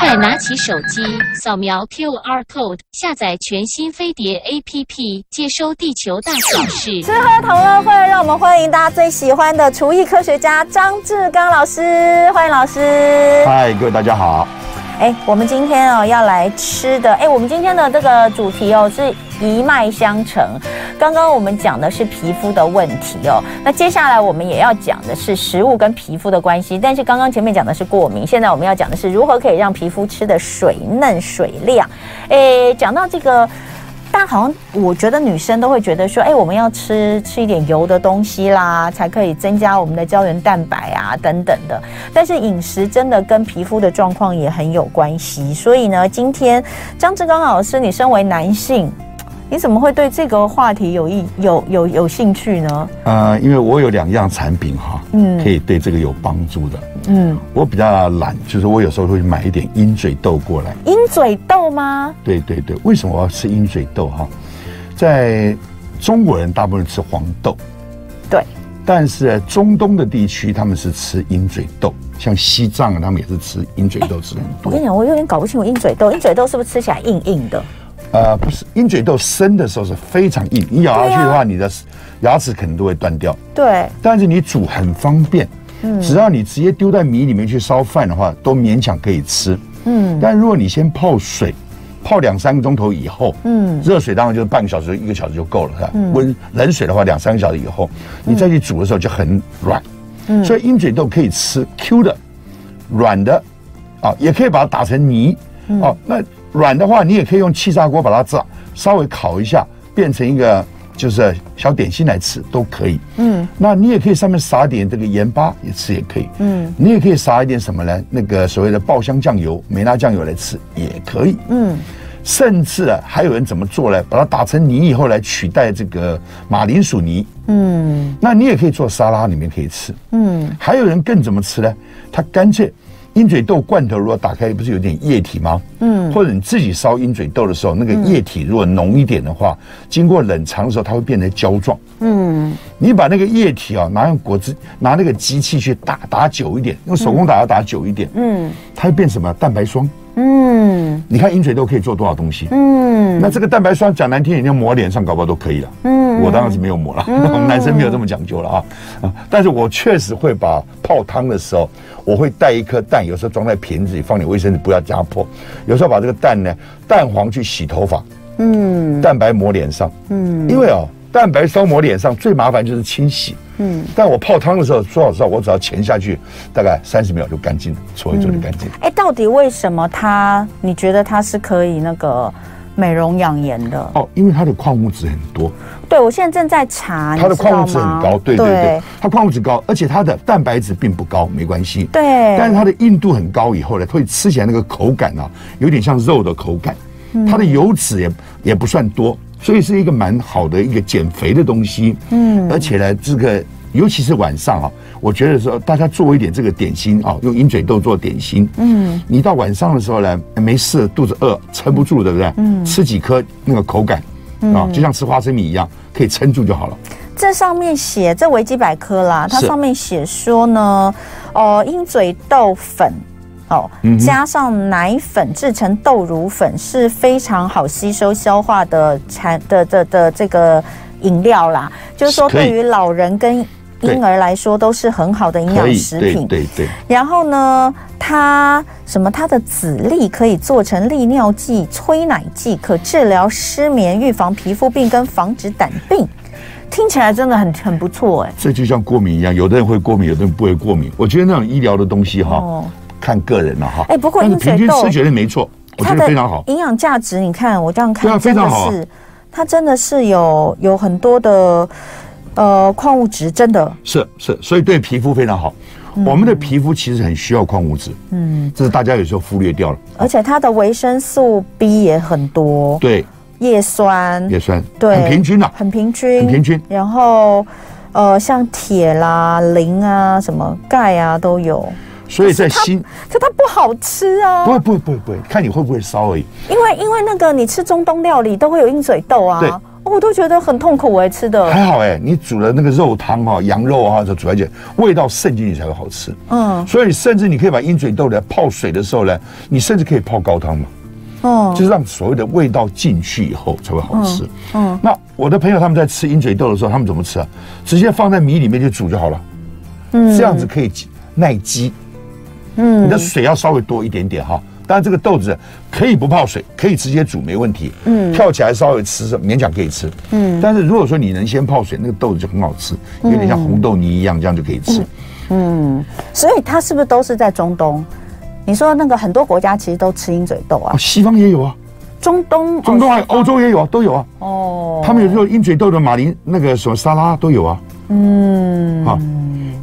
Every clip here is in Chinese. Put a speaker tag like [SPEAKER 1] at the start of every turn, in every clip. [SPEAKER 1] 快拿起手机，扫描 QR code，下载全新飞碟 APP，接收地球大小事。
[SPEAKER 2] 吃喝同乐会，让我们欢迎大家最喜欢的厨艺科学家张志刚老师，欢迎老师。
[SPEAKER 3] 嗨，各位大家好。
[SPEAKER 2] 哎，我们今天哦要来吃的，哎，我们今天的这个主题哦是一脉相承。刚刚我们讲的是皮肤的问题哦，那接下来我们也要讲的是食物跟皮肤的关系。但是刚刚前面讲的是过敏，现在我们要讲的是如何可以让皮肤吃的水嫩水亮。哎，讲到这个。大家好像我觉得女生都会觉得说，哎、我们要吃吃一点油的东西啦，才可以增加我们的胶原蛋白啊等等的。但是饮食真的跟皮肤的状况也很有关系，所以呢，今天张志刚老师，你身为男性，你怎么会对这个话题有意有有有兴趣呢？
[SPEAKER 3] 呃，因为我有两样产品哈，
[SPEAKER 2] 嗯
[SPEAKER 3] 可以对这个有帮助的。
[SPEAKER 2] 嗯，
[SPEAKER 3] 我比较懒，就是我有时候会买一点鹰嘴豆过来。
[SPEAKER 2] 鹰嘴豆吗？
[SPEAKER 3] 对对对，为什么我要吃鹰嘴豆哈？在中国人大部分吃黄豆，
[SPEAKER 2] 对，
[SPEAKER 3] 但是呃中东的地区他们是吃鹰嘴豆，像西藏啊他们也是吃鹰嘴豆吃得很
[SPEAKER 2] 我跟你
[SPEAKER 3] 多。
[SPEAKER 2] 讲，我有点搞不清楚鹰嘴豆，鹰嘴豆是不是吃起来硬硬的？
[SPEAKER 3] 呃，不是，鹰嘴豆生的时候是非常硬，你咬下去的
[SPEAKER 2] 对啊
[SPEAKER 3] 话，你的牙齿可能都会断掉。
[SPEAKER 2] 对，
[SPEAKER 3] 但是你煮很方便，
[SPEAKER 2] 嗯
[SPEAKER 3] 只要你直接丢在米里面去烧饭的话，都勉强可以吃。
[SPEAKER 2] 嗯
[SPEAKER 3] 但如果你先泡水，泡两三个钟头以后，
[SPEAKER 2] 嗯
[SPEAKER 3] 热水当然就是半个小时、一个小时就够了，是吧？温冷水的话，两三个小时以后，
[SPEAKER 2] 嗯
[SPEAKER 3] 你再去煮的时候就很软。所以鹰嘴豆可以吃 Q 的、软的，啊，也可以把它打成泥。
[SPEAKER 2] 嗯
[SPEAKER 3] 哦，那软的话，你也可以用气炸锅把它炸，稍微烤一下，变成一个就是小点心来吃都可以。
[SPEAKER 2] 嗯，
[SPEAKER 3] 那你也可以上面撒点这个盐巴也吃也可以，
[SPEAKER 2] 嗯，
[SPEAKER 3] 你也可以撒一点什么呢？那个所谓的爆香酱油、梅拉酱油来吃也可以，
[SPEAKER 2] 嗯，
[SPEAKER 3] 甚至啊还有人怎么做呢？把它打成泥以后来取代这个马铃薯泥，
[SPEAKER 2] 嗯
[SPEAKER 3] 那你也可以做沙拉里面可以吃，
[SPEAKER 2] 嗯，
[SPEAKER 3] 还有人更怎么吃呢？他干脆鹰嘴豆罐头如果打开不是有点液体吗？嗯，或者你自己烧鹰嘴豆的时候，那个液体如果浓一点的话，经过冷藏的时候它会变成胶状。
[SPEAKER 2] 嗯，
[SPEAKER 3] 你把那个液体啊，拿用果汁，拿那个机器去打打久一点，用手工打要打久一点，
[SPEAKER 2] 嗯
[SPEAKER 3] 它会变什么？蛋白霜。
[SPEAKER 2] 嗯
[SPEAKER 3] 你看鹰嘴豆可以做多少东西？
[SPEAKER 2] 嗯，
[SPEAKER 3] 那这个蛋白霜讲难听点，就抹脸上搞不好都可以了。
[SPEAKER 2] 嗯
[SPEAKER 3] 我当然是没有抹了，我 们男生没有这么讲究了啊啊！但是我确实会把泡汤的时候，我会带一颗蛋，有时候装在瓶子里，放点卫生纸，不要压破。有时候把这个蛋呢，蛋黄去洗头发，
[SPEAKER 2] 嗯。
[SPEAKER 3] 蛋白抹脸上，嗯，因为哦，蛋白霜抹脸上最麻烦就是清洗，嗯，但我泡汤的时候，说老实话，我只要潜下去，大概三十秒就干净了，搓一搓就干净了。
[SPEAKER 2] 哎，到底为什么它？你觉得它是可以那个美容养颜的？
[SPEAKER 3] 哦，因为它的矿物质很多，
[SPEAKER 2] 对，我现在正在查，
[SPEAKER 3] 它
[SPEAKER 2] 嗯
[SPEAKER 3] 的
[SPEAKER 2] 你知道
[SPEAKER 3] 矿物质很
[SPEAKER 2] 吗
[SPEAKER 3] 高，对对对，它矿物质高，而且它的蛋白质并不高，没关系。
[SPEAKER 2] 对
[SPEAKER 3] 但是它
[SPEAKER 2] 哎
[SPEAKER 3] 的硬度很高，以后呢，会吃起来那个口感啊，有点像肉的口感。
[SPEAKER 2] 嗯
[SPEAKER 3] 它的油脂也也不算多，所以是一个蛮好的一个减肥的东西。嗯，而且呢，这个尤其是晚上啊，我觉得说大家做一点这个点心啊，用鹰嘴豆做点心。嗯，你到晚上的时候呢，哎没事，肚子饿，撑不住，对不对？嗯，吃几颗那个口感。
[SPEAKER 2] 嗯
[SPEAKER 3] 啊，就像吃花生米一样，可以撑住就好了。
[SPEAKER 2] 这上面写这维基百科啦，它
[SPEAKER 3] 是
[SPEAKER 2] 上面写说呢，哦，鹰嘴豆粉。哦，
[SPEAKER 3] 嗯
[SPEAKER 2] 加上奶粉制成豆乳粉是非常好吸收消化的产的的的的这个饮料啦，就是说
[SPEAKER 3] 是可以
[SPEAKER 2] 对于老人跟
[SPEAKER 3] 对
[SPEAKER 2] 婴儿来说都是很好的营
[SPEAKER 3] 可
[SPEAKER 2] 养
[SPEAKER 3] 以，
[SPEAKER 2] 食
[SPEAKER 3] 对
[SPEAKER 2] 品。
[SPEAKER 3] 对对，
[SPEAKER 2] 然后呢，它什么？它的籽粒可以做成利尿剂、催奶剂，可治疗失眠、预防皮肤病跟防止胆病。听起来真的很很不错哎。
[SPEAKER 3] 这就像过敏一样，有的人会过敏，有的人不会过敏。我觉得那种医疗的东西哈，
[SPEAKER 2] 哦
[SPEAKER 3] 看个人了哈。
[SPEAKER 2] 哎不过
[SPEAKER 3] 但是
[SPEAKER 2] 鹰嘴
[SPEAKER 3] 平均
[SPEAKER 2] 豆
[SPEAKER 3] 吃觉得没错，我觉
[SPEAKER 2] 它
[SPEAKER 3] 得
[SPEAKER 2] 的
[SPEAKER 3] 非常好。
[SPEAKER 2] 营养价值，你看我这样看，
[SPEAKER 3] 对啊非常好啊
[SPEAKER 2] 真的是它真的是有有很多的呃矿物质，真的
[SPEAKER 3] 是是，所以对皮肤非常好。
[SPEAKER 2] 嗯
[SPEAKER 3] 我们的皮肤其实很需要矿物质，嗯，这是大家有时候忽略掉了。
[SPEAKER 2] 而且它的维生素 B 也很多，
[SPEAKER 3] 对，
[SPEAKER 2] 叶酸
[SPEAKER 3] 叶酸，
[SPEAKER 2] 对
[SPEAKER 3] 很平均啊啦、
[SPEAKER 2] 很平均，
[SPEAKER 3] 很平均
[SPEAKER 2] 然后，呃，像铁啦、磷啊、什么钙啊都有，
[SPEAKER 3] 所以在心，
[SPEAKER 2] 可它不好吃啊
[SPEAKER 3] 不。会不会不会不会，看你会不会烧而已。
[SPEAKER 2] 因为因为那个你吃中东料理都会有鹰嘴豆啊。
[SPEAKER 3] 对
[SPEAKER 2] 哦我都觉得很痛苦哎、吃的，
[SPEAKER 3] 还好哎、你煮了那个肉汤哈、羊肉啊，就煮来就味道渗进去才会好吃。
[SPEAKER 2] 嗯
[SPEAKER 3] 所以甚至你可以把鹰嘴豆呢泡水的时候呢，你甚至可以泡高汤嘛，
[SPEAKER 2] 嗯
[SPEAKER 3] 就是让所谓的味道进去以后才会好吃。
[SPEAKER 2] 嗯，
[SPEAKER 3] 那我的朋友他们在吃鹰嘴豆的时候，他们怎么吃啊？直接放在米里面就煮就好了，
[SPEAKER 2] 嗯
[SPEAKER 3] 这样子可以耐饥。
[SPEAKER 2] 嗯
[SPEAKER 3] 你的水要稍微多一点点哈。当然，这个豆子可以不泡水，可以直接煮，没问题。嗯，跳起来稍微吃，勉强可以吃。嗯，但是如果说你能先泡水，那个豆子就很好吃，有点像红豆泥一样，这样就可以
[SPEAKER 2] 嗯
[SPEAKER 3] 吃。
[SPEAKER 2] 所以它是不是都是在中东？你说那个很多国家其实都吃鹰嘴豆啊
[SPEAKER 3] 啊，，西方也有啊，
[SPEAKER 2] 中东
[SPEAKER 3] 中东还有欧洲也有啊，都有啊。
[SPEAKER 2] 哦，
[SPEAKER 3] 他们有时候鹰嘴豆的马铃那个什么沙拉都有啊。嗯，啊，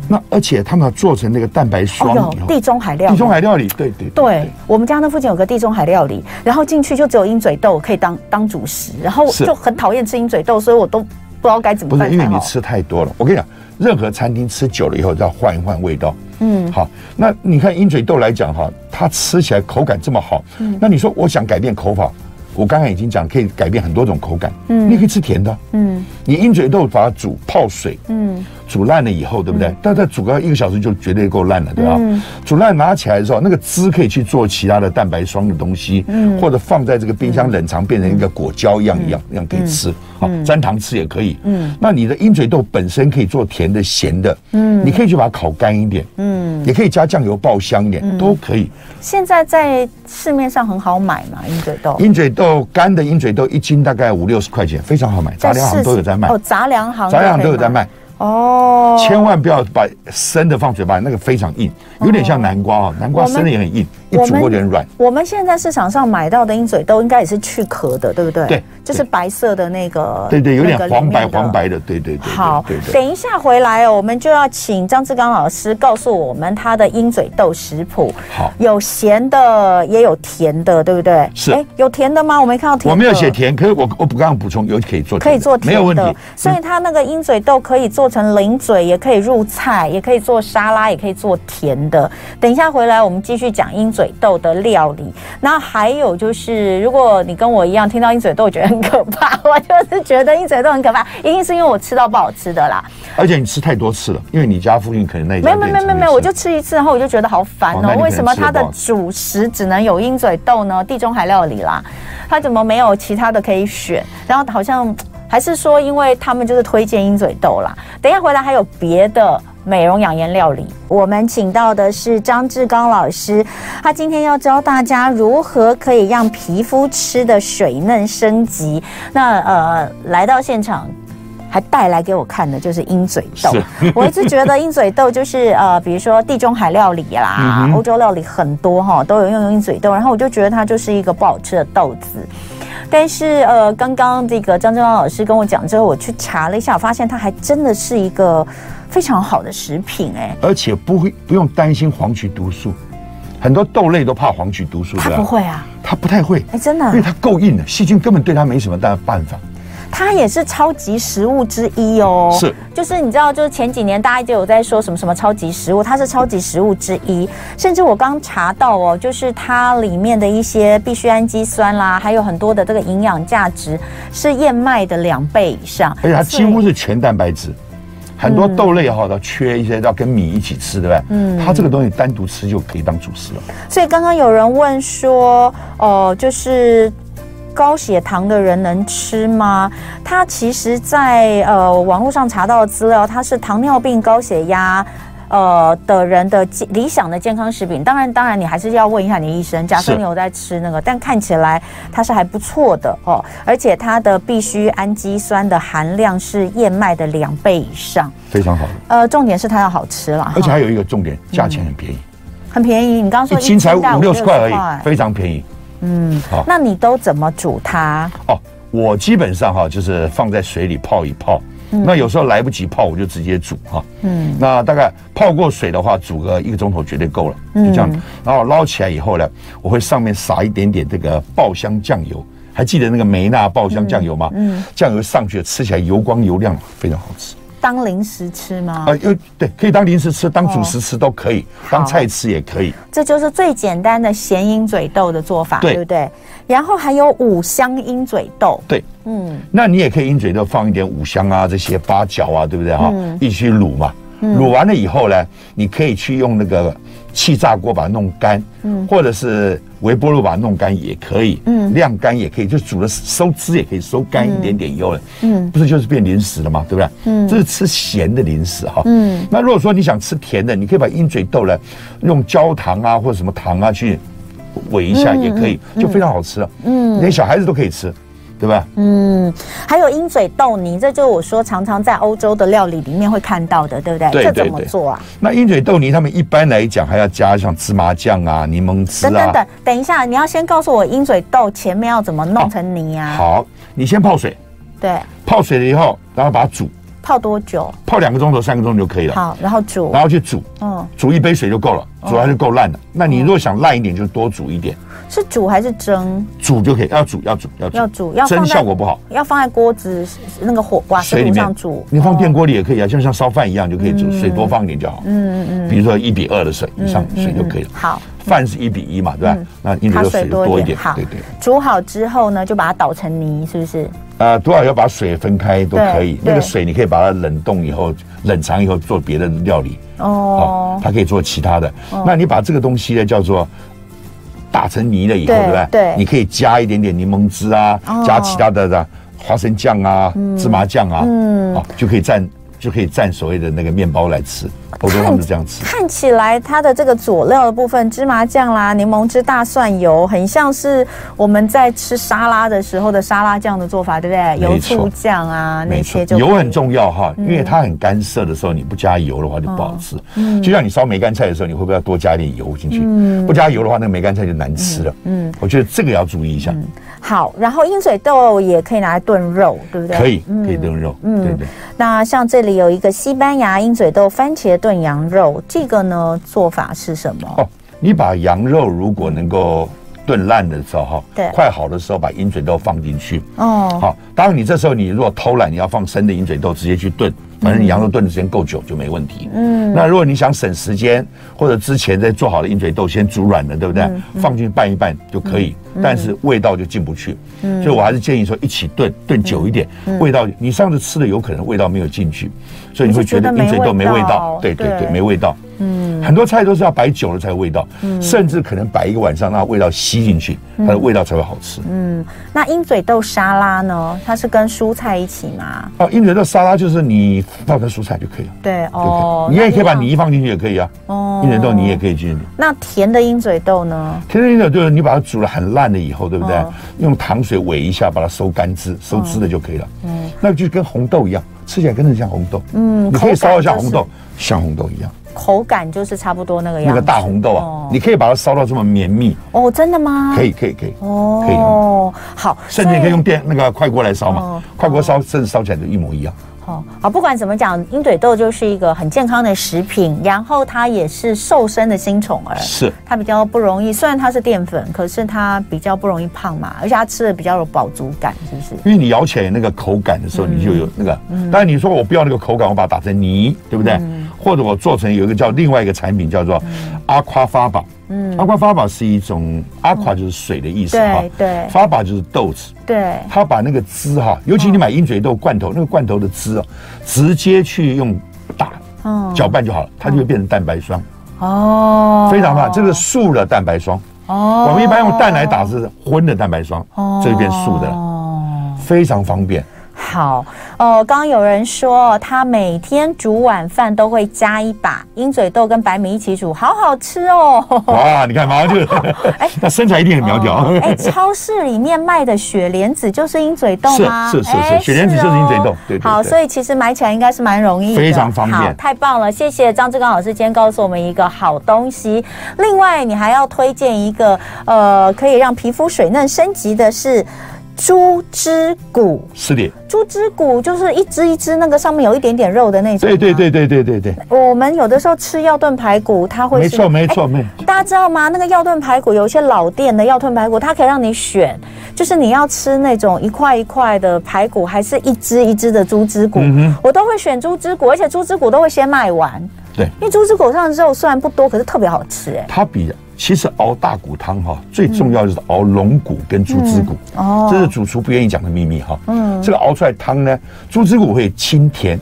[SPEAKER 3] 那而且他们做成那个蛋白霜
[SPEAKER 2] 哦
[SPEAKER 3] 以
[SPEAKER 2] 有
[SPEAKER 3] 后，
[SPEAKER 2] 地中海料理，
[SPEAKER 3] 地中海料理，对对
[SPEAKER 2] 对，我们家那附近有个地中海料理，然后进去就只有鹰嘴豆可以当当主食，然后
[SPEAKER 3] 是
[SPEAKER 2] 就很讨厌吃鹰嘴豆，所以我都不知道该怎么
[SPEAKER 3] 不是
[SPEAKER 2] 办
[SPEAKER 3] 因为
[SPEAKER 2] 才
[SPEAKER 3] 你
[SPEAKER 2] 好。
[SPEAKER 3] 吃太多了，我跟你讲，任何餐厅吃久了以后都要换一换味道。嗯，好，那你看鹰嘴豆来讲哈，它吃起来口感这么好，那你说我想改变口法，我刚才已经讲可以改变很多种口感，嗯，你可以吃甜的，嗯，你鹰嘴豆把它煮泡水，嗯，煮烂了以后，对不对？但再煮个一个小时就绝对够烂了，对吧？煮烂拿起来的时候，那个汁可以去做其他的蛋白霜的东西，或者放在这个冰箱冷藏变成一个果胶一样一样一样可以吃，好沾糖吃也可以。嗯，那你的鹰嘴豆本身可以做甜的、咸的，嗯，你可以去把它烤干一点，嗯，也可以加酱油爆香一点，都可以。
[SPEAKER 2] 现在在市面上很好买嘛，鹰嘴豆。
[SPEAKER 3] 鹰嘴豆干的鹰嘴豆一斤大概五六十块钱，非常好买，杂粮行都有在卖
[SPEAKER 2] 哦，，杂粮行
[SPEAKER 3] 杂粮行
[SPEAKER 2] 可以
[SPEAKER 3] 都有在卖。
[SPEAKER 2] 哦。
[SPEAKER 3] 千万不要把生的放嘴巴，那个非常硬，有点像南瓜哦，南瓜
[SPEAKER 2] 我们
[SPEAKER 3] 生的也很硬，一
[SPEAKER 2] 我
[SPEAKER 3] 煮
[SPEAKER 2] 们
[SPEAKER 3] 过就很软。
[SPEAKER 2] 我们现在市场上买到的鹰嘴豆应该也是去壳的，对不对？
[SPEAKER 3] 对
[SPEAKER 2] 就是白色的那个，
[SPEAKER 3] 对对，有点
[SPEAKER 2] 那个里
[SPEAKER 3] 黄白
[SPEAKER 2] 面的
[SPEAKER 3] 黄。白的，对对对对，
[SPEAKER 2] 好
[SPEAKER 3] 对，对。
[SPEAKER 2] 等一下回来哦，我们就要请张志刚老师告诉我们他的鹰嘴豆食谱。
[SPEAKER 3] 好
[SPEAKER 2] 有咸的，也有甜的，对不对？
[SPEAKER 3] 是
[SPEAKER 2] 诶有甜的吗？我没看到甜的。
[SPEAKER 3] 我没有写甜，可是我我不刚刚补充，有可以做甜的，
[SPEAKER 2] 可以做甜的，
[SPEAKER 3] 没有问题。嗯
[SPEAKER 2] 所以它那个鹰嘴豆可以做成零嘴，也可以入菜，也可以做沙拉，也可以做甜的。等一下回来我们继续讲鹰嘴豆的料理。那还有就是，如果你跟我一样听到鹰嘴豆觉得很可怕， 我就是觉得鹰嘴豆很可怕，一定是因为我吃到不好吃的啦。
[SPEAKER 3] 而且你吃太多次了，因为你家附近可能那一
[SPEAKER 2] 没
[SPEAKER 3] 家
[SPEAKER 2] 有没有
[SPEAKER 3] 店
[SPEAKER 2] 没有没有没有，
[SPEAKER 3] 常
[SPEAKER 2] 我
[SPEAKER 3] 吃
[SPEAKER 2] 就吃一次，然后我就觉得好烦
[SPEAKER 3] 哦
[SPEAKER 2] 哦
[SPEAKER 3] 那。你
[SPEAKER 2] 为什么它的
[SPEAKER 3] 可能
[SPEAKER 2] 主食只能有鹰嘴豆呢？地中海料理啦，它怎么没有其他的可以选？然后好像还是说，因为他们就是推荐鹰嘴豆啦。等一下回来还有别的。美容养颜料理，我们请到的是张志刚老师，他今天要教大家如何可以让皮肤吃的水嫩升级。那呃，来到现场还带来给我看的就是鹰嘴豆。我一直觉得鹰嘴豆就是呃，比如说地中海料理啦、欧洲料理很多哈，都有用鹰嘴豆，然后我就觉得它就是一个不好吃的豆子。但是呃，刚刚这个张正邦老师跟我讲之后，我去查了一下，我发现它还真的是一个非常好的食品哎、
[SPEAKER 3] 而且不会不用担心黄曲毒素，很多豆类都怕黄曲毒素
[SPEAKER 2] 它
[SPEAKER 3] 的
[SPEAKER 2] 不
[SPEAKER 3] 啊，
[SPEAKER 2] 会啊，
[SPEAKER 3] 它不太会
[SPEAKER 2] 哎、，真的啊、
[SPEAKER 3] 因为它够硬了，细菌根本对它没什么大办法。
[SPEAKER 2] 它也是超级食物之一哦。
[SPEAKER 3] 是，
[SPEAKER 2] 就是你知道，就是前几年大家就有在说什么什么超级食物，它是超级食物之一。甚至我刚查到哦，就是它里面的一些必需氨基酸啦，还有很多的这个营养价值是燕麦的两倍以上，
[SPEAKER 3] 而且哎它几乎
[SPEAKER 2] 所以
[SPEAKER 3] 是全蛋白质。很多豆类哈，它缺一些要跟米一起吃，对不对？嗯，它这个东西单独吃就可以当主食了。
[SPEAKER 2] 所以刚刚有人问说，哦、就是高血糖的人能吃吗？它其实在，呃网络上查到的资料，它是糖尿病、高血压。呃，的人的健理想的健康食品，当然，当然，你还是要问一下你医生。假设
[SPEAKER 3] 是
[SPEAKER 2] 你有在吃那个，但看起来它是还不错的哦，而且它的必需氨基酸的含量是燕麦的两倍以上。
[SPEAKER 3] 非常好的，
[SPEAKER 2] 呃，重点是它要好吃啦，
[SPEAKER 3] 而且
[SPEAKER 2] 哈
[SPEAKER 3] 还有一个重点，价钱很便宜，
[SPEAKER 2] 很便宜。你刚刚
[SPEAKER 3] 嗯一
[SPEAKER 2] 说
[SPEAKER 3] 斤才
[SPEAKER 2] 到
[SPEAKER 3] 五六十块而已，非常便宜。
[SPEAKER 2] 那你都怎么煮它？
[SPEAKER 3] 哦，我基本上哈就是放在水里泡一泡，那有时候来不及泡，我就直接煮哈。嗯，那大概泡过水的话，煮个一个钟头绝对够了，就这样。然后捞起来以后呢，我会上面撒一点点这个爆香酱油。还记得那个梅纳爆香酱油吗？嗯，酱油上去了吃起来油光油亮，非常好吃。
[SPEAKER 2] 当零食吃吗？
[SPEAKER 3] 啊，又对，可以当零食吃，当主食吃都可以，当菜吃也可以。
[SPEAKER 2] 这就是最简单的咸鹰嘴豆的做法，
[SPEAKER 3] 对
[SPEAKER 2] 不对？然后还有五香鹰嘴豆，
[SPEAKER 3] 对，
[SPEAKER 2] 嗯，
[SPEAKER 3] 那你也可以鹰嘴豆放一点五香啊，这些八角啊，对不对哈、一起去卤嘛。卤完了以后呢，你可以去用那个气炸锅把它弄干，或者是微波炉把它弄干也可以，晾干也可以，就煮了收汁也可以收干一点点以后呢，不是就是变零食了嘛，对不对？这是吃咸的零食哈、那如果说你想吃甜的，你可以把鹰嘴豆呢用焦糖啊或者什么糖啊去围一下也可以，就非常好吃了，连小孩子都可以吃，对吧？
[SPEAKER 2] 嗯，还有鹰嘴豆泥，这就是我说常常在欧洲的料理里面会看到的，对不对？
[SPEAKER 3] 对
[SPEAKER 2] 这怎
[SPEAKER 3] 对
[SPEAKER 2] 么
[SPEAKER 3] 对
[SPEAKER 2] 做啊？
[SPEAKER 3] 那鹰嘴豆泥，他们一般来讲还要加像芝麻酱啊、柠檬汁
[SPEAKER 2] 等等
[SPEAKER 3] 啊。
[SPEAKER 2] 等，等一下，你要先告诉我鹰嘴豆前面要怎么弄成泥啊？
[SPEAKER 3] 好，你先泡水，
[SPEAKER 2] 对，
[SPEAKER 3] 泡水了以后，然后把它煮，
[SPEAKER 2] 泡多久？
[SPEAKER 3] 泡两个钟头、三个钟头就可以了。
[SPEAKER 2] 好，然后煮
[SPEAKER 3] 然，后去煮，
[SPEAKER 2] 嗯，
[SPEAKER 3] 煮一杯水就够了，煮它就够烂
[SPEAKER 2] 哦
[SPEAKER 3] 了。那你如果想烂一点，就多煮一点，
[SPEAKER 2] 是煮还是蒸？
[SPEAKER 3] 煮就可以。要煮，要煮，要煮，
[SPEAKER 2] 要煮要
[SPEAKER 3] 蒸
[SPEAKER 2] 放在
[SPEAKER 3] 效果不好。
[SPEAKER 2] 要放在锅子那个火瓦斯
[SPEAKER 3] 水里
[SPEAKER 2] 炉
[SPEAKER 3] 面
[SPEAKER 2] 上煮，
[SPEAKER 3] 你放电锅里也可以啊，就像烧饭一样就可以煮，水多放一点就好。嗯嗯比如说一比二的水以
[SPEAKER 2] 嗯
[SPEAKER 3] 上水就可以了。
[SPEAKER 2] 好，
[SPEAKER 3] 饭是一比一嘛，对
[SPEAKER 2] 嗯
[SPEAKER 3] 吧？那鹰
[SPEAKER 2] 它
[SPEAKER 3] 嘴豆水就多一点
[SPEAKER 2] 好，，
[SPEAKER 3] 对对。
[SPEAKER 2] 煮好之后呢，就把它捣成泥，是不是？
[SPEAKER 3] 啊，多少要把水分开都可以
[SPEAKER 2] 对。
[SPEAKER 3] 那
[SPEAKER 2] 对
[SPEAKER 3] 个水你可以把它冷冻以后，冷藏以后做别的料理，
[SPEAKER 2] 哦，
[SPEAKER 3] 它可以做其他的。那你把这个东西呢叫做打成泥了以后，
[SPEAKER 2] 对
[SPEAKER 3] 对不对？
[SPEAKER 2] 对
[SPEAKER 3] 你可以加一点点柠檬汁啊，
[SPEAKER 2] 哦嗯
[SPEAKER 3] 加其他的的花生酱啊、芝麻酱啊，哦，就可以蘸就可以蘸所谓的那个面包来吃。欧洲他们是这样吃。
[SPEAKER 2] 看起来它的这个佐料的部分，芝麻酱啦、柠檬汁、大蒜油，很像是我们在吃沙拉的时候的沙拉酱的做法，对不对？油
[SPEAKER 3] 没错
[SPEAKER 2] 醋酱啊那
[SPEAKER 3] 没
[SPEAKER 2] 些
[SPEAKER 3] 错，
[SPEAKER 2] 就
[SPEAKER 3] 油
[SPEAKER 2] 可以嗯
[SPEAKER 3] 很重要哈，因为它很干涩的时候，你不加油的话就不好吃。
[SPEAKER 2] 哦
[SPEAKER 3] 就像你烧梅干菜的时候，你会不会要多加一点油进去？
[SPEAKER 2] 嗯
[SPEAKER 3] 不加油的话，那个梅干菜就难吃了。嗯，我觉得这个要注意一下，
[SPEAKER 2] 嗯好。然后鹰嘴豆也可以拿来炖肉，对不对？啊嗯
[SPEAKER 3] 可以可以炖肉，对对。
[SPEAKER 2] 那像这里有一个西班牙鹰嘴豆番茄炖羊肉，这个呢做法是什么？
[SPEAKER 3] 哦，你把羊肉如果能够炖烂的时候哈，
[SPEAKER 2] 对
[SPEAKER 3] 快好的时候把鹰嘴豆放进去。
[SPEAKER 2] 哦，
[SPEAKER 3] 好，当然你这时候你如果偷懒，你要放生的鹰嘴豆直接去炖，反正你羊肉炖的时间够久就没问题。嗯，那如果你想省时间，或者之前在做好的鹰嘴豆先煮软了，对不对？放进去拌一拌就可以，但是味道就进不去。所以我还是建议说一起炖，炖久一点，味道你上次吃的有可能味道没有进去，所以你会觉得鹰嘴豆没味
[SPEAKER 2] 你就觉得没
[SPEAKER 3] 道。
[SPEAKER 2] 味道
[SPEAKER 3] 对对对，
[SPEAKER 2] 对
[SPEAKER 3] 没味道。嗯，很多菜都是要摆久了才有味道，甚至可能摆一个晚上，让它味道吸进去，它的味道才会好吃。
[SPEAKER 2] 那鹰嘴豆沙拉呢？它是跟蔬菜一起吗？
[SPEAKER 3] 啊，鹰嘴豆沙拉就是你放成蔬菜就可以了。
[SPEAKER 2] 对
[SPEAKER 3] 就可以
[SPEAKER 2] 哦，
[SPEAKER 3] 你也可以把
[SPEAKER 2] 那一样
[SPEAKER 3] 泥放进去也可以啊。
[SPEAKER 2] 哦
[SPEAKER 3] 鹰嘴豆泥也可以进去。
[SPEAKER 2] 那甜的鹰嘴豆呢？
[SPEAKER 3] 天然鹰嘴就是你把它煮了很烂了以后，对不对
[SPEAKER 2] 嗯？
[SPEAKER 3] 用糖水煨一下，把它收干汁，收汁的就可以了。哦嗯，那就跟红豆一样，吃起来真的像红豆。嗯，你可以烧一下红
[SPEAKER 2] 口
[SPEAKER 3] 豆，像红豆一样，
[SPEAKER 2] 口感就是差不多那个样
[SPEAKER 3] 那
[SPEAKER 2] 子。
[SPEAKER 3] 个大红豆啊
[SPEAKER 2] 哦，
[SPEAKER 3] 你可以把它烧到这么绵密，
[SPEAKER 2] 哦，真的吗？
[SPEAKER 3] 可以，可以，可以。可以
[SPEAKER 2] 哦，好，
[SPEAKER 3] 甚至你可以
[SPEAKER 2] 所
[SPEAKER 3] 用电那个快锅来烧嘛
[SPEAKER 2] 哦，
[SPEAKER 3] 快锅烧甚至烧起来就一模一样。
[SPEAKER 2] 哦，好，不管怎么讲，鹰嘴豆就是一个很健康的食品，然后它也是瘦身的新宠儿，
[SPEAKER 3] 是
[SPEAKER 2] 它比较不容易，虽然它是淀粉，可是它比较不容易胖嘛，而且它吃的比较有饱足感，是不是？
[SPEAKER 3] 因为你咬起来那个口感的时候，你就有
[SPEAKER 2] 嗯
[SPEAKER 3] 那个。但是你说我不要那个口感，我把它打成泥，对不对？
[SPEAKER 2] 嗯
[SPEAKER 3] 或者我做成有一个叫另外一个产品叫做阿夸法宝。嗯，阿夸法宝是一种阿夸就是水的意思哈
[SPEAKER 2] 对，对嗯
[SPEAKER 3] 法宝就是豆子。
[SPEAKER 2] 对，
[SPEAKER 3] 它把那个汁哈，尤其你买鹰嘴豆罐头，那个罐头的汁啊，直接去用打
[SPEAKER 2] 嗯，
[SPEAKER 3] 搅拌就好了，它就会变成蛋白霜，
[SPEAKER 2] 哦
[SPEAKER 3] 非常棒。这个素的蛋白霜，
[SPEAKER 2] 哦
[SPEAKER 3] 我们一般用蛋来打是荤的蛋白霜，这就变素的了，
[SPEAKER 2] 哦
[SPEAKER 3] 非常方便。
[SPEAKER 2] 好，哦，刚刚有人说他每天煮晚饭都会加一把鹰嘴豆跟白米一起煮，好好吃 哦。
[SPEAKER 3] 哇，你看马 上就，那身材一定很苗条。
[SPEAKER 2] 哎，超市里面卖的雪莲子就是鹰嘴豆吗？
[SPEAKER 3] 是是是
[SPEAKER 2] 哎
[SPEAKER 3] 是雪莲子就是鹰嘴豆
[SPEAKER 2] 哦
[SPEAKER 3] 对对对
[SPEAKER 2] 好，所以其实买起来应该是蛮容易的，
[SPEAKER 3] 非常方便
[SPEAKER 2] 好太棒了，谢谢张志刚老师今天告诉我们一个好东西。另外，你还要推荐一个呃，可以让皮肤水嫩升级的是。猪之骨，
[SPEAKER 3] 是的，
[SPEAKER 2] 猪之骨就是一只一只那个上面有一点点肉的那种。
[SPEAKER 3] 对对。对对对对对，
[SPEAKER 2] 我们有的时候吃药炖排骨，它会
[SPEAKER 3] 没
[SPEAKER 2] 是
[SPEAKER 3] 错没
[SPEAKER 2] 哎
[SPEAKER 3] 错没错。
[SPEAKER 2] 大家知道吗？那个药炖排骨有一些老店的药炖排骨，它可以让你选，就是你要吃那种一块一块的排骨，还是一只一只的猪之骨。
[SPEAKER 3] 嗯
[SPEAKER 2] 我都会选猪之骨，而且猪之骨都会先卖完，
[SPEAKER 3] 对，
[SPEAKER 2] 因为猪之骨上的肉虽然不多，可是特别好吃哎、
[SPEAKER 3] 它比其实熬大骨汤哈，最重要就是熬龙骨跟猪脂骨，啊
[SPEAKER 2] 哦
[SPEAKER 3] 这是主厨不愿意讲的秘密哈。
[SPEAKER 2] 嗯
[SPEAKER 3] 嗯，这个熬出来汤呢，猪脂骨会清甜，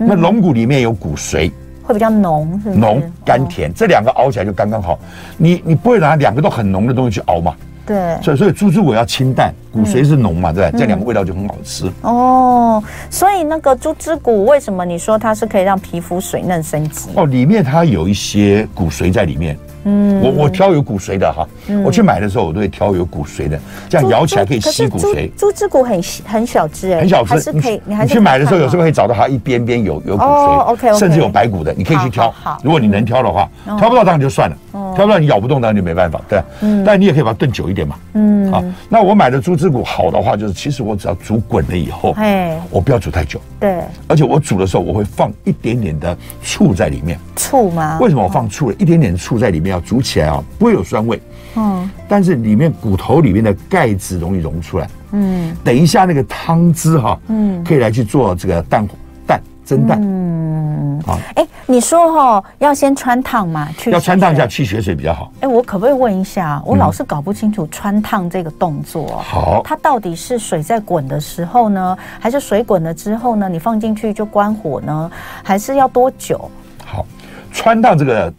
[SPEAKER 2] 嗯
[SPEAKER 3] 那龙骨里面有骨髓，
[SPEAKER 2] 会比较浓，是不是？哦
[SPEAKER 3] 浓甘甜，这两个熬起来就刚刚好。你你不会拿两个都很浓的东西去熬嘛？
[SPEAKER 2] 对。
[SPEAKER 3] 所以所以猪脂骨要清淡，骨
[SPEAKER 2] 嗯
[SPEAKER 3] 髓是浓嘛，对吧？这两个味道就很好吃。
[SPEAKER 2] 哦，所以那个猪之骨为什么你说它是可以让皮肤水嫩升级？
[SPEAKER 3] 哦，里面它有一些骨髓在里面。嗯，我我挑有骨髓的哈，我去买的时候我都会挑有骨髓的，这
[SPEAKER 2] 嗯
[SPEAKER 3] 样
[SPEAKER 2] 猪
[SPEAKER 3] 咬起来可以
[SPEAKER 2] 猪
[SPEAKER 3] 吸
[SPEAKER 2] 是
[SPEAKER 3] 骨
[SPEAKER 2] 猪
[SPEAKER 3] 髓。
[SPEAKER 2] 猪之骨很细很小只哎、
[SPEAKER 3] 很小
[SPEAKER 2] 还
[SPEAKER 3] 只，
[SPEAKER 2] 是可以，你还是
[SPEAKER 3] 去买的时
[SPEAKER 2] 可
[SPEAKER 3] 候
[SPEAKER 2] 以看啊
[SPEAKER 3] 有时候
[SPEAKER 2] 吗
[SPEAKER 3] 会找到它一边边有有骨髓、
[SPEAKER 2] 哦，OK，OK
[SPEAKER 3] 甚至有白骨的，你可以去挑。
[SPEAKER 2] 好好嗯好
[SPEAKER 3] 如果你能挑的话，挑不到当然就算了，挑不到你咬不动当然就没办法，对。
[SPEAKER 2] 嗯
[SPEAKER 3] 但你也可以把它炖久一点嘛。嗯，啊，那我买的猪脂骨好的话，就是其实我只要煮滚了以后，
[SPEAKER 2] 哎，
[SPEAKER 3] 我不要煮太久，
[SPEAKER 2] 对，
[SPEAKER 3] 而且我煮的时候我会放一点点的醋在里面。
[SPEAKER 2] 醋吗？
[SPEAKER 3] 为什么我放醋了？一点点醋在里面要煮起来啊，不会有酸味，
[SPEAKER 2] 嗯
[SPEAKER 3] 但是里面骨头里面的钙质容易溶出来。
[SPEAKER 2] 嗯
[SPEAKER 3] 等一下那个汤汁哈，嗯，可以来去做这个蛋蛋蒸蛋，
[SPEAKER 2] 嗯，
[SPEAKER 3] 好
[SPEAKER 2] 哎、你说哈、要先穿烫嘛？去
[SPEAKER 3] 要穿烫一下
[SPEAKER 2] 水。
[SPEAKER 3] 嗯去血水比较好。
[SPEAKER 2] 哎、我可不可以问一下？啊我老是搞不清楚穿烫这个动作。
[SPEAKER 3] 好，
[SPEAKER 2] 它到底是水在滚的时候呢，还是水滚了之后呢？你放进去就关火呢，还是要多久？
[SPEAKER 3] 好，穿烫这个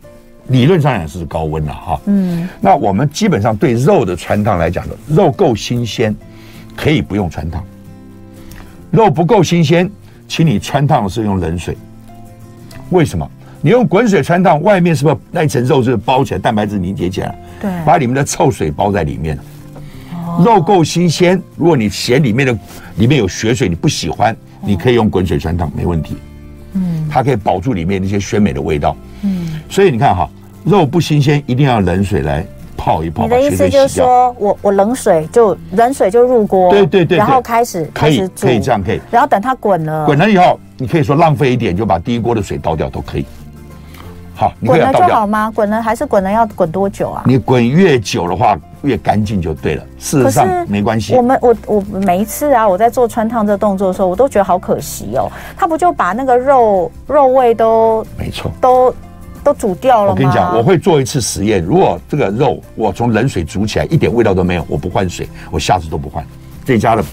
[SPEAKER 3] 理论上讲是高温了哈，
[SPEAKER 2] 嗯，
[SPEAKER 3] 那我们基本上对肉的穿烫来讲的，肉够新鲜，可以不用穿烫；肉不够新鲜，请你穿烫的时候用冷水。为什么？你用滚水穿烫，外面是不是那一层肉是不是包起来，蛋白质凝结起来，
[SPEAKER 2] 对哦
[SPEAKER 3] 把里面的臭水包在里面。肉够新鲜，如果你嫌里面的里面有血水，你不喜欢，你可以用滚水穿烫，没问题。嗯，它可以保住里面那些鲜美的味道。嗯，所以你看哈，肉不新鲜，一定要冷水来泡一泡，
[SPEAKER 2] 你
[SPEAKER 3] 把
[SPEAKER 2] 的
[SPEAKER 3] 血
[SPEAKER 2] 意思
[SPEAKER 3] 水
[SPEAKER 2] 就是
[SPEAKER 3] 洗掉。
[SPEAKER 2] 说我我冷水就冷水就入锅，
[SPEAKER 3] 对对对对
[SPEAKER 2] 然后开始
[SPEAKER 3] 可
[SPEAKER 2] 开
[SPEAKER 3] 以
[SPEAKER 2] 始，煮，
[SPEAKER 3] 可以这样，可以。
[SPEAKER 2] 然后等它滚了，
[SPEAKER 3] 滚了以后，你可以说浪费一点，就把第一锅的水倒掉都可以。好，你可
[SPEAKER 2] 滚
[SPEAKER 3] 以把
[SPEAKER 2] 了
[SPEAKER 3] 它
[SPEAKER 2] 就
[SPEAKER 3] 倒
[SPEAKER 2] 好
[SPEAKER 3] 掉。
[SPEAKER 2] 吗？滚了还是滚了要滚多久啊？
[SPEAKER 3] 你滚越久的话，越干净就对了。事实上没关系
[SPEAKER 2] 我。们我我每一次啊，我在做穿烫这动作的时候，我都觉得好可惜哦。他不就把那个肉肉味都
[SPEAKER 3] 没错。
[SPEAKER 2] 都都煮掉了吗？
[SPEAKER 3] 我跟你讲，我会做一次实验。如果这个肉我从冷水煮起来一点味道都没有，我不换水，我下次都不换。这家的，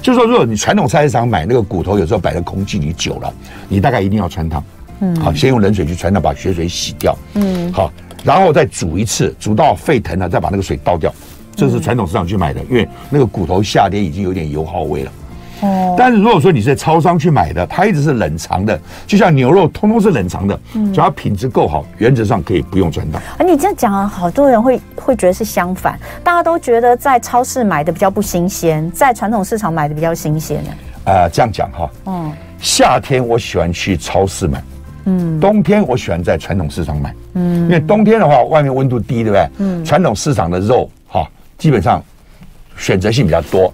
[SPEAKER 3] 就是说，如果你传统菜市场买那个骨头，有时候摆在空气里久了，你大概一定要穿烫。嗯，好，先用冷水去穿烫，把血水洗掉。嗯，好，然后再煮一次，煮到沸腾了，再把那个水倒掉。这是传统市场去买的，因为那个骨头下跌已经有点油耗味了。
[SPEAKER 2] 哦，
[SPEAKER 3] 但是如果说你是在超商去买的，它一直是冷藏的，就像牛肉，通通是冷藏的，只要品质够好，原则上可以不用穿烫。
[SPEAKER 2] 而你这样讲啊，好多人会会觉得是相反，大家都觉得在超市买的比较不新鲜，在传统市场买的比较新鲜呢。
[SPEAKER 3] 啊，这样讲哈，
[SPEAKER 2] 嗯，
[SPEAKER 3] 夏天我喜欢去超市买，嗯，冬天我喜欢在传统市场买，嗯，因为冬天的话，外面温度低，对不对？嗯，传统市场的肉哈，基本上选择性比较多。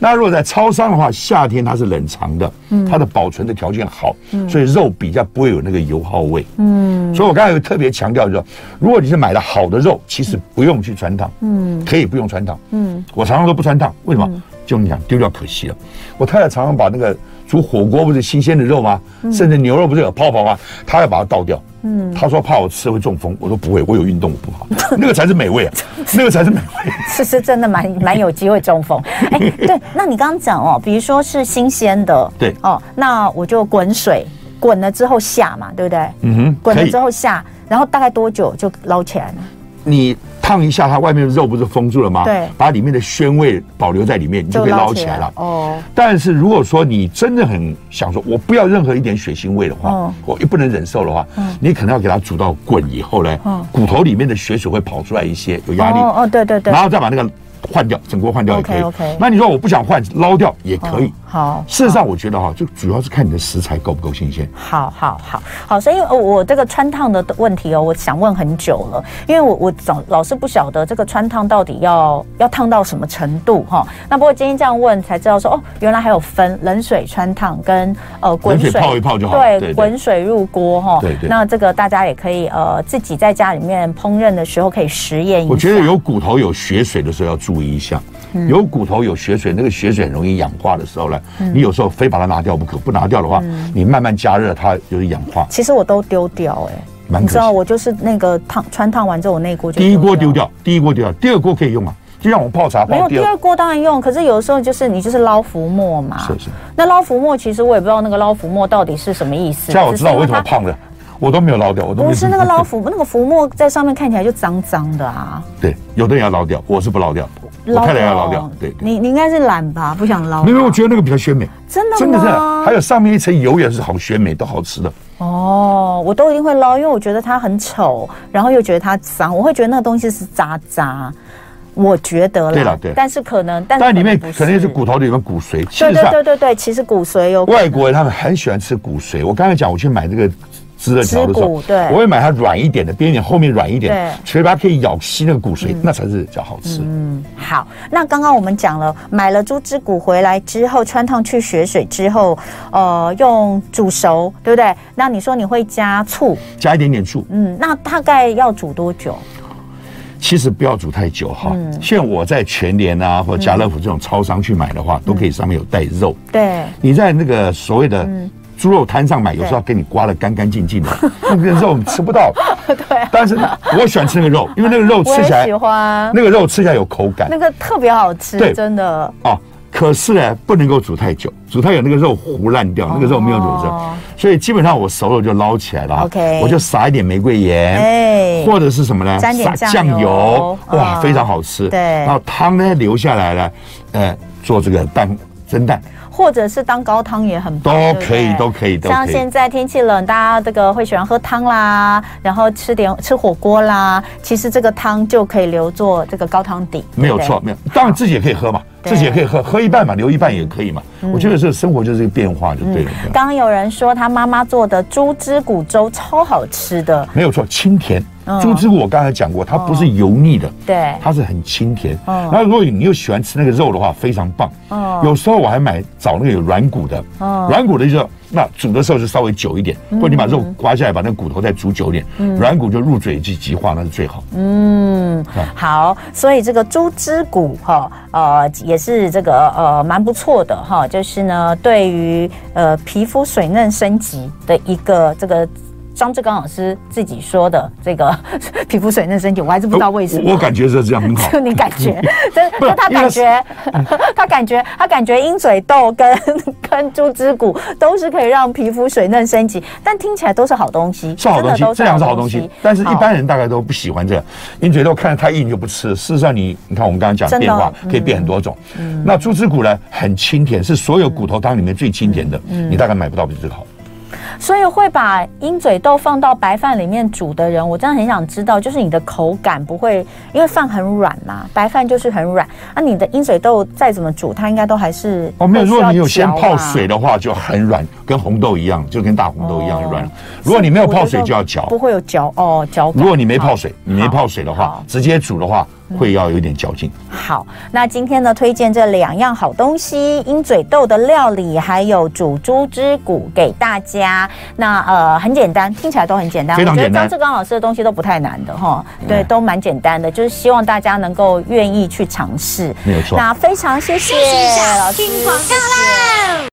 [SPEAKER 3] 那如果在超商的话，夏天它是冷藏的，它的保存的条件好，所以肉比较不会有那个油耗味。嗯，所以我刚才有特别强调，就是说，如果你是买了好的肉，其实不用去穿烫，嗯，可以不用穿烫，嗯，我常常都不穿烫，为什么？就你讲丢掉可惜了。我太太常常把那个煮火锅不是新鲜的肉吗？甚至牛肉不是有泡泡吗？她要把它倒掉。嗯，她说怕我吃会中风，我说不会，我有运动，我不怕，那个才是美味啊，那个才是美味。
[SPEAKER 2] 是是真的蛮蛮有机会中 风。哎、对，那你刚刚讲哦，比如说是新鲜的，
[SPEAKER 3] 对
[SPEAKER 2] 哦，那我就滚水，滚了之后下嘛，对不对？
[SPEAKER 3] 嗯哼
[SPEAKER 2] 滚了
[SPEAKER 3] 可以
[SPEAKER 2] 之后下，然后大概多久就捞起来呢？
[SPEAKER 3] 你烫一下，它外面的肉不是封住了吗？
[SPEAKER 2] 对
[SPEAKER 3] 把里面的鲜味保留在里面，你就可以捞起来了。
[SPEAKER 2] 哦，
[SPEAKER 3] 但是如果说你真的很想说，我不要任何一点血腥味的话，
[SPEAKER 2] 嗯
[SPEAKER 3] 我又不能忍受的话，你可能要给它煮到滚以后呢，
[SPEAKER 2] 嗯
[SPEAKER 3] 骨头里面的血水会跑出来一些，有压力，
[SPEAKER 2] 哦哦，对对对，
[SPEAKER 3] 然后再把那个换掉，整锅换掉也可以。
[SPEAKER 2] OK，OK
[SPEAKER 3] 那你说我不想换，捞掉也可
[SPEAKER 2] 嗯
[SPEAKER 3] 以。
[SPEAKER 2] 哦好，
[SPEAKER 3] 事实上，我觉得哈，就主要是看你的食材够不够新鲜。
[SPEAKER 2] 好好好好，所以呃我这个穿烫的问题哦，我想问很久了，因为我我总老是不晓得这个穿烫到底要要烫到什么程度哈、那不过今天这样问才知道说哦，原来还有分冷水穿烫跟呃滚
[SPEAKER 3] 冷
[SPEAKER 2] 水
[SPEAKER 3] 水泡一泡就好了对
[SPEAKER 2] 对，
[SPEAKER 3] 对
[SPEAKER 2] 滚水入锅哈、
[SPEAKER 3] 对对
[SPEAKER 2] 那这个大家也可以呃自己在家里面烹饪的时候可以实验一下。
[SPEAKER 3] 我觉得有骨头有血水的时候要注意一下，
[SPEAKER 2] 嗯
[SPEAKER 3] 有骨头有血水，那个血水很容易氧化的时候呢，你有时候非把它拿掉不可，不拿掉的话，你慢慢加热它就是氧化。
[SPEAKER 2] 其实我都丢掉哎、
[SPEAKER 3] 蛮
[SPEAKER 2] 你
[SPEAKER 3] 可
[SPEAKER 2] 知道
[SPEAKER 3] 惜
[SPEAKER 2] 我就是那个烫穿烫完之后我那一锅就
[SPEAKER 3] 第一锅丢掉，第一锅丢掉，第二锅可以用啊，就像我泡茶
[SPEAKER 2] 没有
[SPEAKER 3] 泡
[SPEAKER 2] 第二锅当然用，可是有的时候就是你就是捞浮沫嘛。
[SPEAKER 3] 是是。
[SPEAKER 2] 那捞浮沫其实我也不知道那个捞浮沫到底是什么意思。
[SPEAKER 3] 现在我知道
[SPEAKER 2] 只
[SPEAKER 3] 我
[SPEAKER 2] 是
[SPEAKER 3] 为什么
[SPEAKER 2] 它
[SPEAKER 3] 胖了，我都没有捞掉，我都没有
[SPEAKER 2] 不是那个捞 浮那个浮沫在上面看起来就脏脏的啊。
[SPEAKER 3] 对，有的人要捞掉，我是不捞掉，我太太要捞掉，对。对
[SPEAKER 2] 你你应该是懒吧，不想捞吧。
[SPEAKER 3] 没有，我觉得那个比较鲜美，
[SPEAKER 2] 真的
[SPEAKER 3] 真的是，
[SPEAKER 2] 吗
[SPEAKER 3] 还有上面一层油也是好鲜美，都好吃的。
[SPEAKER 2] 哦，我都一定会捞，因为我觉得它很丑，然后又觉得它脏，我会觉得那个东西是渣渣。我觉得啦，
[SPEAKER 3] 对啦对
[SPEAKER 2] 但是可能，但是
[SPEAKER 3] 但里面
[SPEAKER 2] 不
[SPEAKER 3] 可能是骨头里面骨髓，
[SPEAKER 2] 对
[SPEAKER 3] 事实
[SPEAKER 2] 对
[SPEAKER 3] 上
[SPEAKER 2] 对对对，其实骨髓有
[SPEAKER 3] 外国人他们很喜欢吃骨髓。我刚才讲，我去买这个知了条的时
[SPEAKER 2] 知骨
[SPEAKER 3] 候，
[SPEAKER 2] 对
[SPEAKER 3] 我会买它软一点的，边一点后面软一点
[SPEAKER 2] 对，嗯
[SPEAKER 3] 嘴巴可以咬吸那个骨髓，那才是比较好吃。
[SPEAKER 2] 好，那刚刚我们讲了，买了猪之骨回来之后，穿烫去血水之后，呃，用煮熟，对不对？那你说你会加醋，
[SPEAKER 3] 加一点点醋，
[SPEAKER 2] 嗯，那大概要煮多久？
[SPEAKER 3] 其实不要煮太久哈。
[SPEAKER 2] 嗯
[SPEAKER 3] 现在我在全联啊或家乐福这种超商去买的
[SPEAKER 2] 嗯
[SPEAKER 3] 话，都可以上面有带肉。
[SPEAKER 2] 对，
[SPEAKER 3] 你在那个所谓的
[SPEAKER 2] 嗯
[SPEAKER 3] 猪肉摊上买，有时候给你刮得干干净净的， 那个肉吃不到。对、但是呢我喜欢吃那个肉，因为那个肉
[SPEAKER 2] 啊我
[SPEAKER 3] 吃
[SPEAKER 2] 也
[SPEAKER 3] 起来
[SPEAKER 2] 喜，欢，
[SPEAKER 3] 那个肉吃起来有口感
[SPEAKER 2] 那个特别好吃，
[SPEAKER 3] 对
[SPEAKER 2] 真的。
[SPEAKER 3] 啊。可是呢，不能够煮太久，煮太久那个肉糊烂掉，那个肉没有煮
[SPEAKER 2] 哦
[SPEAKER 3] 熟，所以基本上我熟肉就捞起来了啊。
[SPEAKER 2] OK
[SPEAKER 3] 我就撒一点玫瑰盐。
[SPEAKER 2] 哎，
[SPEAKER 3] 或者是什么呢？
[SPEAKER 2] 沾点
[SPEAKER 3] 撒
[SPEAKER 2] 酱油
[SPEAKER 3] 酱油，哇，
[SPEAKER 2] 啊
[SPEAKER 3] 非常好吃。
[SPEAKER 2] 对
[SPEAKER 3] 然后汤呢留下来了，呃，做这个蛋蒸蛋，
[SPEAKER 2] 或者是当高汤也很棒
[SPEAKER 3] 都
[SPEAKER 2] 对不
[SPEAKER 3] 可以
[SPEAKER 2] 对
[SPEAKER 3] 都可以都
[SPEAKER 2] 像
[SPEAKER 3] 可以
[SPEAKER 2] 现在天气冷，大家这个会喜欢喝汤啦，然后吃点吃火锅啦，其实这个汤就可以留作这个高汤底，
[SPEAKER 3] 没有
[SPEAKER 2] 对不对
[SPEAKER 3] 错，没有。当然自己也可以喝嘛，
[SPEAKER 2] 对嗯
[SPEAKER 3] 自己也可以喝，喝一半嘛，留一半也可以嘛。我觉得这生活就是一个变化就对了。对吧
[SPEAKER 2] 刚刚有人说他妈妈做的猪汁骨粥超好吃的，
[SPEAKER 3] 没有错，清甜
[SPEAKER 2] 嗯。
[SPEAKER 3] 猪汁骨我刚才讲过，它不是油腻的，
[SPEAKER 2] 对
[SPEAKER 3] 它是很清甜。
[SPEAKER 2] 嗯
[SPEAKER 3] 然后如果你又喜欢吃那个肉的话，非常棒
[SPEAKER 2] 嗯。
[SPEAKER 3] 有时候我还买找那个有软骨的，
[SPEAKER 2] 嗯
[SPEAKER 3] 软骨的就是那煮的时候就稍微久一点，或者你把肉刮下来，把那个骨头再煮久一点，软骨就入嘴即即化，那是最好。
[SPEAKER 2] 嗯，好，所以这个猪汁骨哈，呃，也是这个呃蛮不错的哈，就是呢，对于呃皮肤水嫩升级的一个这个。张志刚老师自己说的这个 皮肤水嫩升级，我还是不知道为什么。
[SPEAKER 3] 呃我我感觉是这样很
[SPEAKER 2] 。
[SPEAKER 3] 好
[SPEAKER 2] 就你感 觉，真
[SPEAKER 3] 哦不是嗯
[SPEAKER 2] 就他
[SPEAKER 3] 因为
[SPEAKER 2] 感觉， 他感觉，他感觉鹰嘴豆跟 跟猪之骨都是可以让皮肤水嫩升级，但听起来都是好东西，
[SPEAKER 3] 是好东西
[SPEAKER 2] 真的都，
[SPEAKER 3] 这两个是好东西，但是一
[SPEAKER 2] 好
[SPEAKER 3] 般人大概都不喜欢这样。鹰嘴豆看着太硬就不吃了。事实上你，你看我们刚刚讲的
[SPEAKER 2] 真的
[SPEAKER 3] 变
[SPEAKER 2] 哦嗯
[SPEAKER 3] 化可以变很多种。那猪脂骨呢，很清甜，是所有骨头汤里面最清甜的，
[SPEAKER 2] 嗯
[SPEAKER 3] 你大概买不到比这个好。
[SPEAKER 2] 所以会把鹰嘴豆放到白饭里面煮的人，我真的很想知道，就是你的口感不会，因为饭很软嘛，白饭就是很软，那、你的鹰嘴豆再怎么煮，它应该都还是
[SPEAKER 3] 哦，没有，
[SPEAKER 2] 会需
[SPEAKER 3] 如果
[SPEAKER 2] 要
[SPEAKER 3] 你有先
[SPEAKER 2] 嚼啊
[SPEAKER 3] 泡
[SPEAKER 2] 吧
[SPEAKER 3] 水的话，就很软，跟红豆一样，就跟大红豆一样
[SPEAKER 2] 哦
[SPEAKER 3] 软。如果你没有泡水，就要
[SPEAKER 2] 是我觉
[SPEAKER 3] 嚼
[SPEAKER 2] 得不。会有嚼哦嚼感。
[SPEAKER 3] 如果你没泡
[SPEAKER 2] 好
[SPEAKER 3] 水，你没
[SPEAKER 2] 好
[SPEAKER 3] 泡水的话
[SPEAKER 2] 好，嗯
[SPEAKER 3] 直接煮的话，会要有一点嚼劲。
[SPEAKER 2] 好，那今天呢，推荐这两样好东西，鹰嘴豆的料理，还有煮猪之骨给大家。那呃，很简单，听起来都很简单。
[SPEAKER 3] 非常
[SPEAKER 2] 我觉得
[SPEAKER 3] 简单
[SPEAKER 2] 张志刚老师的东西都不太难的哈，对，
[SPEAKER 3] 嗯
[SPEAKER 2] 都蛮简单的，就是希望大家能够愿意去尝试。
[SPEAKER 3] 没有错
[SPEAKER 2] 那非常谢谢
[SPEAKER 1] 一下
[SPEAKER 2] 老师，
[SPEAKER 1] 听广告啦。